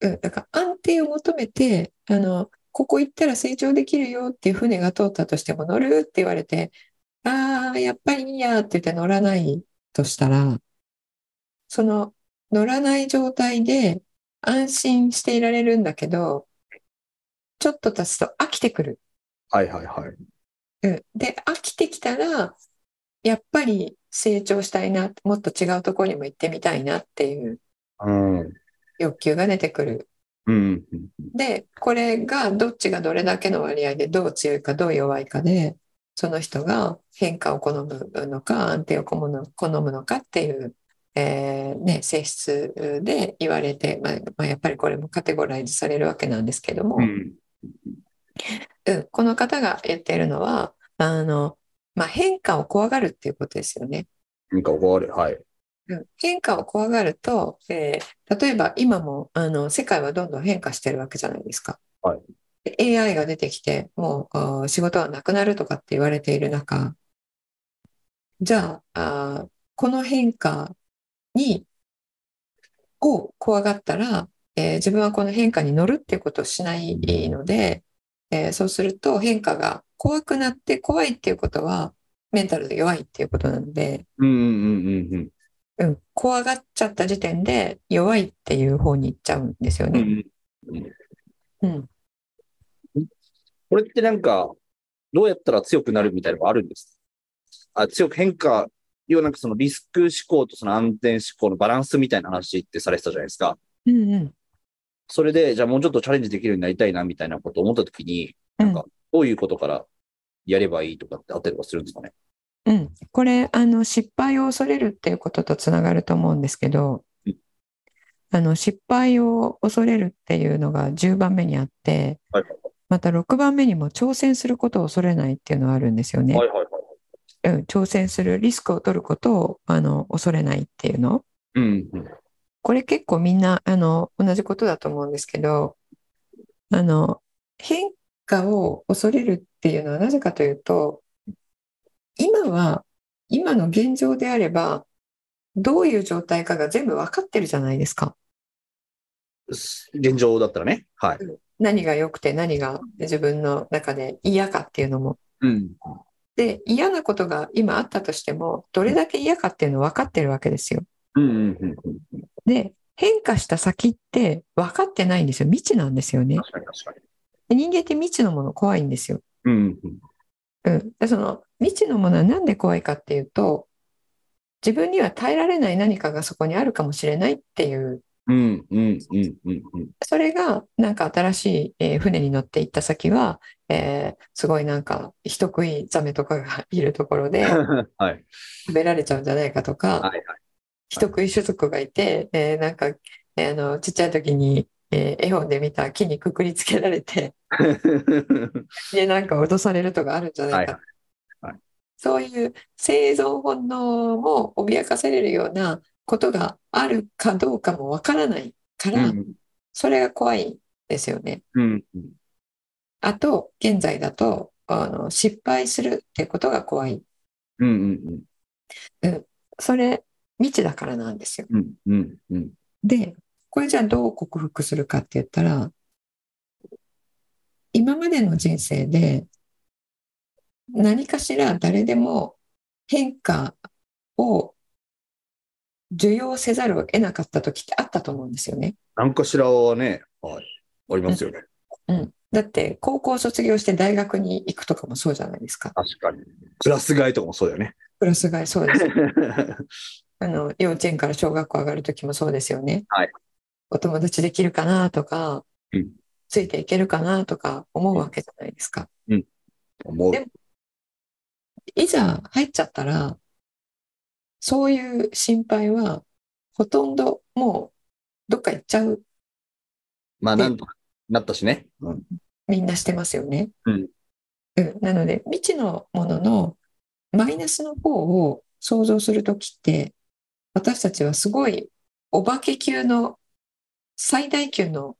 B: うん、だから安定を求めて、あの、ここ行ったら成長できるよっていう船が通ったとしても乗るって言われて、ああ、やっぱりいいやって言って乗らないとしたら、その乗らない状態で安心していられるんだけど、ちょっと経つと飽きてくる。
C: はいはいはい。
B: うん、で、飽きてきたら、やっぱり成長したいな、もっと違うところにも行ってみたいなっていう
C: うん。うん
B: 欲求が出てくる。
C: うん。
B: で、これがどっちがどれだけの割合でどう強いかどう弱いかで、その人が変化を好むのか安定を好むの好むのかっていう、えーね、性質で言われて、まあまあ、やっぱりこれもカテゴライズされるわけなんですけども、
C: うん
B: うんこの方が言っているのはあの、まあ、変化を怖がるっていうことですよね。
C: なんか怒られ、はい。
B: うん変化を怖がると、えー例えば今もあの世界はどんどん変化してるわけじゃないですか。
C: はい
B: で AI が出てきてもうあー仕事はなくなるとかって言われている中じゃああーこの変化にを怖がったら、えー自分はこの変化に乗るっていうことをしないので、えーそうすると変化が怖くなって怖いっていうことはメンタルで弱いっていうことなので。
C: うんうんうんうん
B: うん、怖がっちゃった時点で弱いっていう方に行っちゃうんですよ
C: うんう
B: ね。
C: ん。
B: うん、
C: これってなんか、どうやったら強くなるみたいなのがあるんですかあ、強く変化要はなんかそのリスク思考とその安全思考のバランスみたいな話ってされてたじゃないですか。
B: うんうん。
C: それで、じゃあもうちょっとチャレンジできるようになりたいなみたいなことを思った時に、
B: うん
C: なんか、どういうことからやればいいとかってあったりとかするんですかね。
B: うん、これあの失敗を恐れるっていうこととつながると思うんですけど
C: うん
B: あの失敗を恐れるっていうのが10番目にあって
C: はいはい
B: また6番目にも挑戦することを恐れないっていうのはあるんですよね。
C: はい。はいはいはい。
B: うん、挑戦するリスクを取ることをあの恐れないっていうの
C: うん、うん。
B: これ結構みんなあの同じことだと思うんですけどあの変化を恐れるっていうのはなぜかというと今は今の現状であればどういう状態かが全部分かってるじゃないですか
C: 現状だったらね。はい。
B: 何が良くて何が自分の中で嫌かっていうのも
C: うん。
B: で嫌なことが今あったとしてもどれだけ嫌かっていうの分かってるわけですよ
C: うんうんうんうん。
B: で変化した先って分かってないんですよ未知なんですよね
C: 確かに確か
B: で人間って未知のもの怖いんですよ
C: に。うんうん。
B: うん、でその未知のものは何で怖いかっていうと自分には耐えられない何かがそこにあるかもしれないっていう
C: うんうんうんうんうん。
B: それがなんか新しい、えー船に乗って行った先は、えーすごいなんか人食いザメとかがいるところで
C: はい。はい
B: 食べられちゃうんじゃないかとか
C: はい。
B: 人食い種族がいて、えーなんか、えーあのちっちゃい時に、えー絵本で見た木にくくりつけられて でなんか脅されるとかあるんじゃないかそういう生存本能も脅かされるようなことがあるかどうかもわからないから、
C: うん
B: それが怖いんですよね。
C: うん
B: あと、現在だと、あの、失敗するってことが怖い。
C: うんうん
B: それ、未知だからなんですよ。
C: うんうんうん
B: で、これじゃあどう克服するかって言ったら、今までの人生で何かしら誰でも変化を受容せざるを得なかった時ってあったと思うんですよね。
C: 何かしらはね、はい、ありますよね。
B: だって高校卒業して大学に行くとかもそうじゃないですか。
C: 確かに。クラス替えとかもそうだよ ね。
B: クラス替えそう です。
C: は
B: あの幼稚園から小学校上がる時もそうですよね。
C: はい
B: お友達できるかなとか、
C: うん
B: ついていけるかなとか思うわけじゃないですか。
C: 思う
B: で。もいざ入っちゃったら、そういう心配はほとんどもうどっか行っちゃう
C: まあ、なんとかなったしね。うん。
B: みんなしてますよね。
C: うん
B: うんなので未知のもののマイナスの方を想像するときって私たちはすごいお化け級の最大級の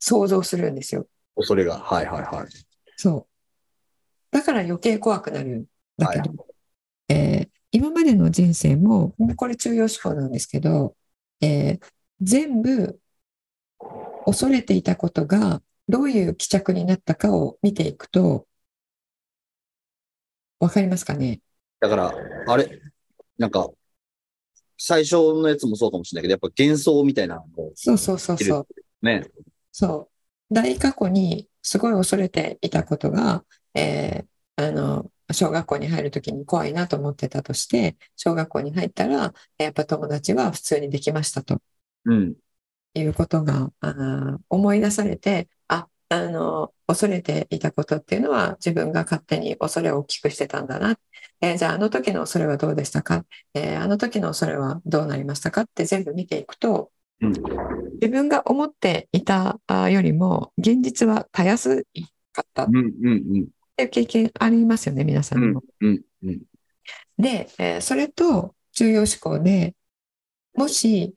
B: 想像するんですよ。
C: 恐れが。はいはいはい。
B: そう。だから余計怖くなるんだけど、
C: は
B: えー今までの人生も、これ中庸思考なんですけど、えー全部恐れていたことがどういう帰着になったかを見ていくと、わかりますかね
C: だから、あれ、なんか、最初のやつもそうかもしれないけど、やっぱ幻想みたいなのも
B: そうそうそうそう。
C: ね。
B: そう。大過去にすごい恐れていたことが、えーあの、小学校に入るときに怖いなと思ってたとして、小学校に入ったら、やっぱ友達は普通にできましたと
C: うん。
B: いうことが、あー思い出されて、あ、あの、恐れていたことっていうのは自分が勝手に恐れを大きくしてたんだな。えーじゃああの時の恐れはどうでしたか、えーあの時の恐れはどうなりましたかって全部見ていくと、
C: うん。
B: 自分が思っていたあよりも現実はたやすかったっ
C: うん。うん。
B: ていう経験ありますよね皆さんにも。
C: うん。うん。
B: で、えーそれと重要思考でもし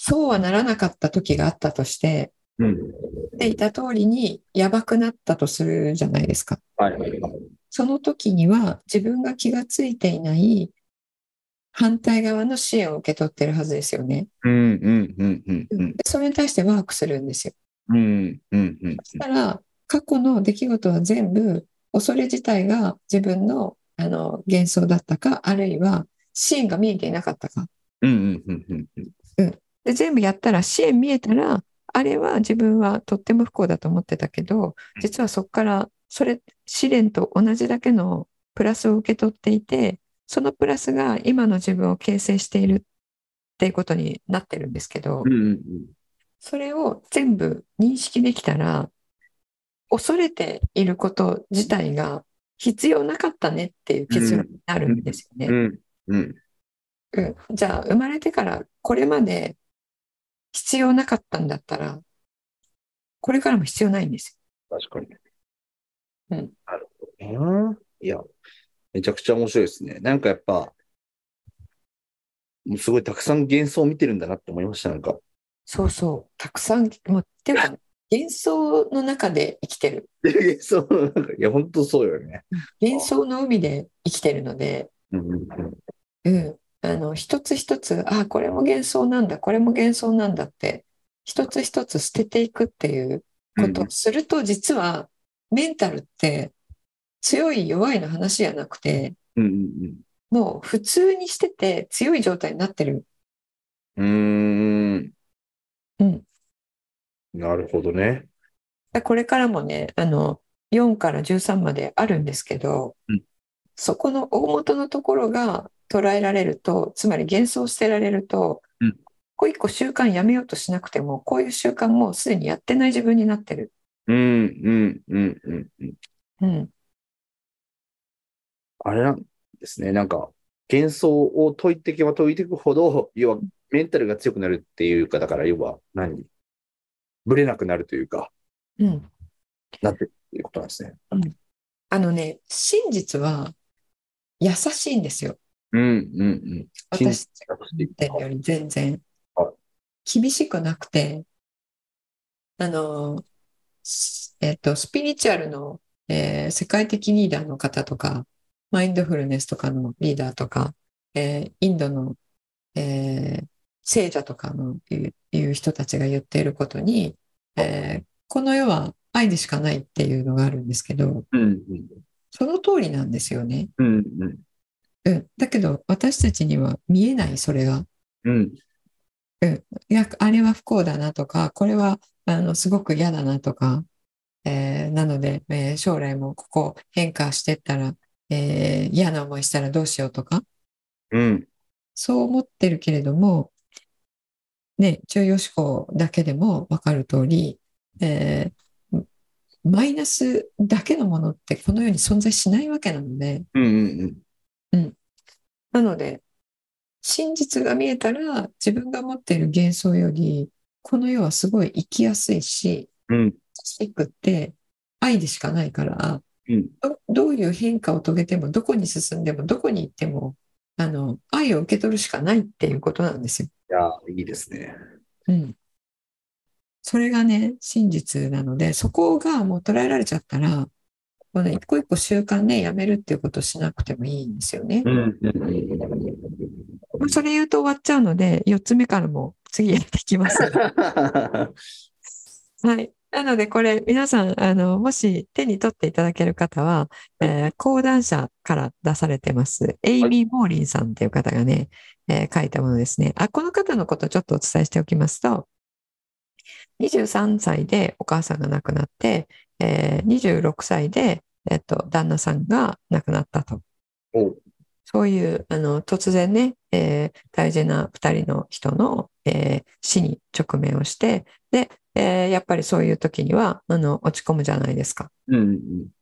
B: そうはならなかった時があったとして
C: うん。
B: でいた通りにやばくなったとするじゃないですか。
C: はいはいはい。
B: その時には自分が気がついていない反対側の支援を受け取ってるはずですよね。
C: うん。うん。うん。うん。うん。
B: でそれに対してワークするんですよ。
C: うん。うん。うん。
B: そしたら過去の出来事は全部恐れ自体が自分のあの幻想だったかあるいは支援が見えていなかったか
C: うん。うん。うん。
B: で全部やったら支援見えたらあれは自分はとっても不幸だと思ってたけど実はそこからそれ試練と同じだけのプラスを受け取っていてそのプラスが今の自分を形成しているっていうことになってるんですけど、
C: うんうんうん。
B: それを全部認識できたら、恐れていること自体が必要なかったねっていう結論になるんですよね。
C: うん。うん。
B: うんじゃあ生まれてからこれまで必要なかったんだったら、これからも必要ないんです
C: 確かに。
B: うん。
C: なるほどな。いや、めちゃくちゃ面白いですね。なんかやっぱ、もうすごいたくさん幻想を見てるんだなって思いました。なんか、
B: そうそう、たくさん、もう、ていうか、幻想の中で生きてる。
C: 幻想なんか、いや、本当そうよね。
B: 幻想の海で生きてるので、
C: うんうんうん。
B: うん、あの、一つ一つ、あ、これも幻想なんだ、これも幻想なんだって、一つ一つ捨てていくっていうことをすると、実は、メンタルって、強い弱いの話じゃなくて、
C: うんうん
B: もう普通にしてて強い状態になってる。
C: うん。うー
B: うん
C: ん。なるほどね。
B: でこれからもね、あの、4から13まであるんですけど、
C: うん
B: そこの大元のところが捉えられると、つまり幻想してられると、
C: うん
B: 一個一個習慣やめようとしなくても、こういう習慣もうすでにやってない自分になってる。
C: うんうんうんうんうん。
B: うん。
C: あれなんですね。なんか、幻想を解いていけば解いていくほど、要は、メンタルが強くなるっていうか、だから、要は何、ぶれなくなるというか、
B: うん。
C: なってるっていうことなんですね。
B: あのね、真実は優しいんですよ。
C: うんうんうん。真
B: 私
C: 実が欲しい
B: 言ってるより全然
C: は
B: 厳しくなくて、あの、すえっと、スピリチュアルの、えー世界的リーダーの方とか、マインドフルネスとかのリーダーとか、えーインドの、えー聖者とかのいういう人たちが言っていることに、えーこの世は愛でしかないっていうのがあるんですけど、
C: うん
B: その通りなんですよね。
C: うんうんうん
B: うん。だけど、私たちには見えない、それが。
C: うん
B: いや、あれは不幸だなとか、これは、あの、すごく嫌だなとか、えーなので、えー将来もここ変化してったら、えー嫌な思いしたらどうしようとか、
C: うん
B: そう思ってるけれども、ね、中庸思考だけでもわかる通り、えーマイナスだけのものってこの世に存在しないわけなので、
C: うんうんうん
B: なので、真実が見えたら、自分が持っている幻想より、この世はすごい生きやすいし、
C: うん
B: しくって、愛でしかないから、
C: うん
B: ど、どういう変化を遂げても、どこに進んでも、どこに行っても、あの、愛を受け取るしかないっていうことなんですよ。
C: いやいいですね。
B: うん。それがね、真実なので、そこがもう捉えられちゃったら、この一個一個習慣ね、やめるっていうことをしなくてもいいんですよね。
C: うん
B: まあそれ言うと終わっちゃうので、4つ目からも次やっていきます。はい。なので、これ、皆さん、あの、もし手に取っていただける方は、えー講談社から出されてます、エイミー・ボーリンさんっていう方がね、えー書いたものですね。あ、この方のことをちょっとお伝えしておきますと、23歳でお母さんが亡くなって、えー26歳で、えっと、旦那さんが亡くなったと。
C: お
B: そういう、あの、突然ね、えー大事な二人の人の、えー死に直面をして、で、えーやっぱりそういう時には、あの、落ち込むじゃないですか。
C: うんうん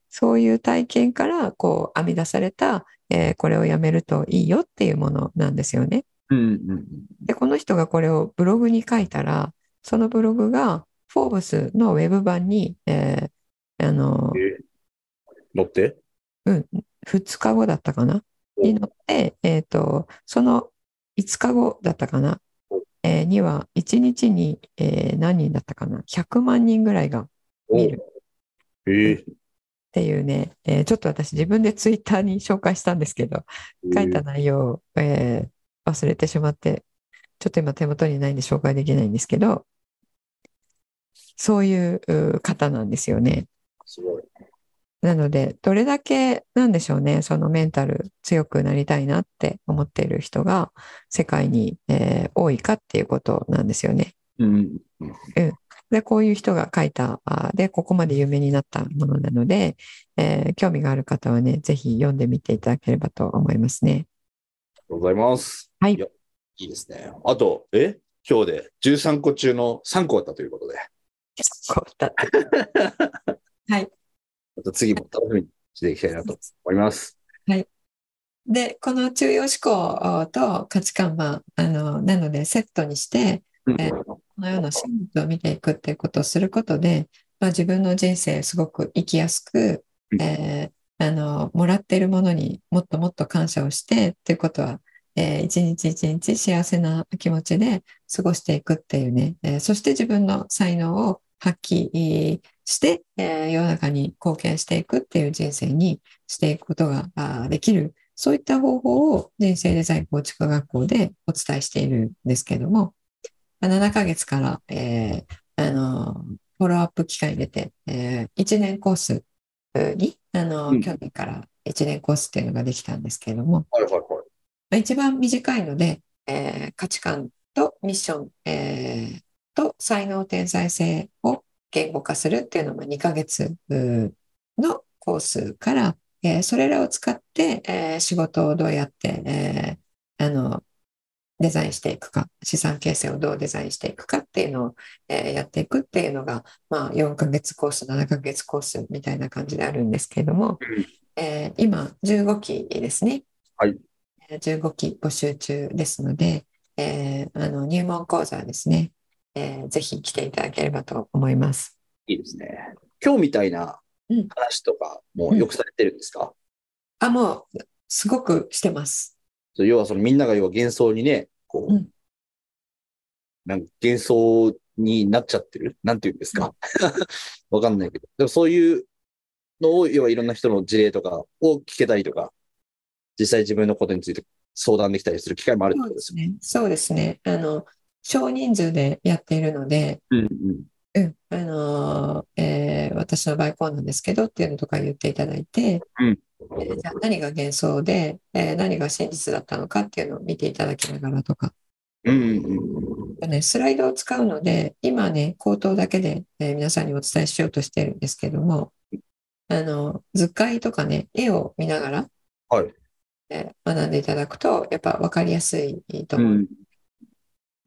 B: そういう体験から、こう、編み出された、えーこれをやめるといいよっていうものなんですよね。
C: うんうん
B: で、この人がこれをブログに書いたら、そのブログが、フォーブスのウェブ版に、えーあの、
C: え乗って
B: 2日後だったかな
C: お
B: に乗って、えーと、その5日後だったかな、えーには、1日に、えー何人だったかな ?100 万人ぐらいがっ
C: お
B: 見る
C: え
B: ていうね、えーちょっと私自分でツイッターに紹介したんですけど、
C: ー
B: 書いた内容を、えー忘れてしまって、ちょっと今手元にないんで紹介できないんですけど、そういうう方なんですよね。
C: すごい。
B: なので、どれだけ、なんでしょうね、そのメンタル強くなりたいなって思っている人が世界に、えー多いかっていうことなんですよね。
C: うん
B: で、こういう人が書いた、あーで、ここまで有名になったものなので、えー興味がある方はね、ぜひ読んでみていただければと思いますね。
C: とうございます。
B: はい
C: やいいですね。あと、え今日で13個中の3個だったということで、
B: こうだって
C: また次も楽しみにしていきたいなと思います。
B: で、この中庸思考と価値観は、あの、なのでセットにして、
C: うん
B: えこのような真実を見ていくっていうことをすることで、まあ、自分の人生すごく生きやすく
C: う、ん
B: えーあのもらっているものにもっともっと感謝をしてっていうことは、えー一日一日幸せな気持ちで過ごしていくっていうね、えーそして自分の才能を発揮して、えー世の中に貢献していくっていう人生にしていくことがあーできるそういった方法を人生デザイン構築学校でお伝えしているんですけども、7ヶ月から、えーあのフォローアップ期間に出て、え1年コースに、あの
C: うん
B: 去年から1年コースっていうのができたんですけれども、
C: はいはいはい。
B: まあ一番短いので、えー価値観とミッション、えーと才能天才性を言語化するっていうのも2ヶ月うーのコースから、えーそれらを使って、えー仕事をどうやって、えーあのデザインしていくか資産形成をどうデザインしていくかっていうのを、えーやっていくっていうのが、まあ、4ヶ月コース7ヶ月コースみたいな感じであるんですけれども
C: うん、
B: えー今15期ですね。
C: はい
B: えー15期募集中ですので、えーあの入門講座ですね、えーぜひ来ていただければと思います。
C: いいですね。今日みたいな
B: うん
C: 話とかもよくされてるんですか、
B: あ、もうすごくしてます。
C: そう要はそのみんなが要は幻想にね、こう、
B: うん
C: なんか幻想になっちゃってるなんて言うんです かわかんないけど。でもそういうのを、要はいろんな人の事例とかを聞けたりとか、実際自分のことについて相談できたりする機会もあるってことですよね。
B: ね。そうですね。あの少人数でやっているので、
C: うんうん。
B: うん、あのーえー私の場合こうなんですけどっていうのとか言っていただいて、
C: うん
B: えーじゃあ何が幻想で、えー何が真実だったのかっていうのを見ていただきながらとか、
C: うんうんうん。
B: ね、スライドを使うので、今ね、口頭だけで、えー皆さんにお伝えしようとしてるんですけども、あの、図解とかね、絵を見ながら、
C: はい
B: えー学んでいただくと、やっぱ分かりやすいと
C: う
B: 思う。
C: ん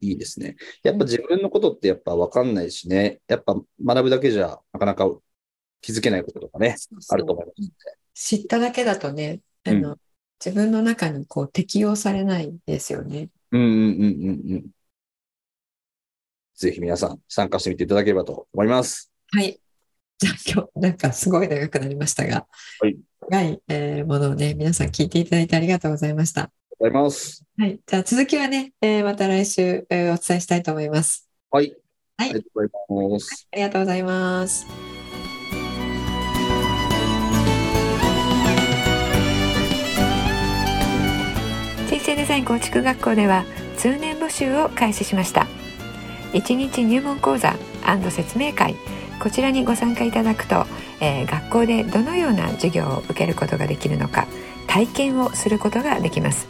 C: いいですね。やっぱ自分のことってやっぱわかんないしね、やっぱ学ぶだけじゃなかなか気づけないこととかね、
B: そうそう
C: あると思いますので。
B: 知っただけだとね、あの、自分の中にこう適用されないんですよね。
C: うんうんうんうんうん。ぜひ皆さん参加してみていただければと思います。
B: はい。じゃあ今日、なんかすごい長くなりましたが、
C: はい
B: 長い、えーものをね、皆さん聞いていただいてありがとうございました。
C: ありがとうございます。
B: はい、じゃあ続きはね、えーまた来週、えーお伝えしたいと思います。
C: はい。
B: はい
C: ありがとうございます。
B: ありがとうございます。人生デザイン構築学校では通年募集を開始しました1日入門講座説明会こちらにご参加いただくと、えー学校でどのような授業を受けることができるのか体験をすることができます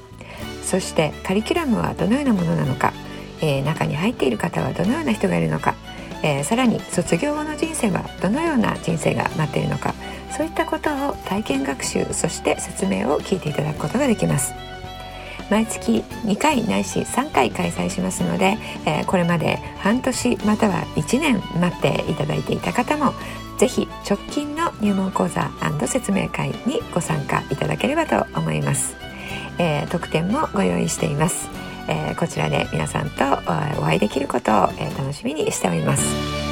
B: そしてカリキュラムはどのようなものなのか、えー中に入っている方はどのような人がいるのか、えーさらに卒業後の人生はどのような人生が待っているのかそういったことを体験学習そして説明を聞いていただくことができます毎月2回ないし3回開催しますので、えーこれまで半年または1年待っていただいていた方もぜひ直近の入門講座説明会にご参加いただければと思います、えー特典もご用意しています、えーこちらで皆さんとえーお会いできることをえー楽しみにしております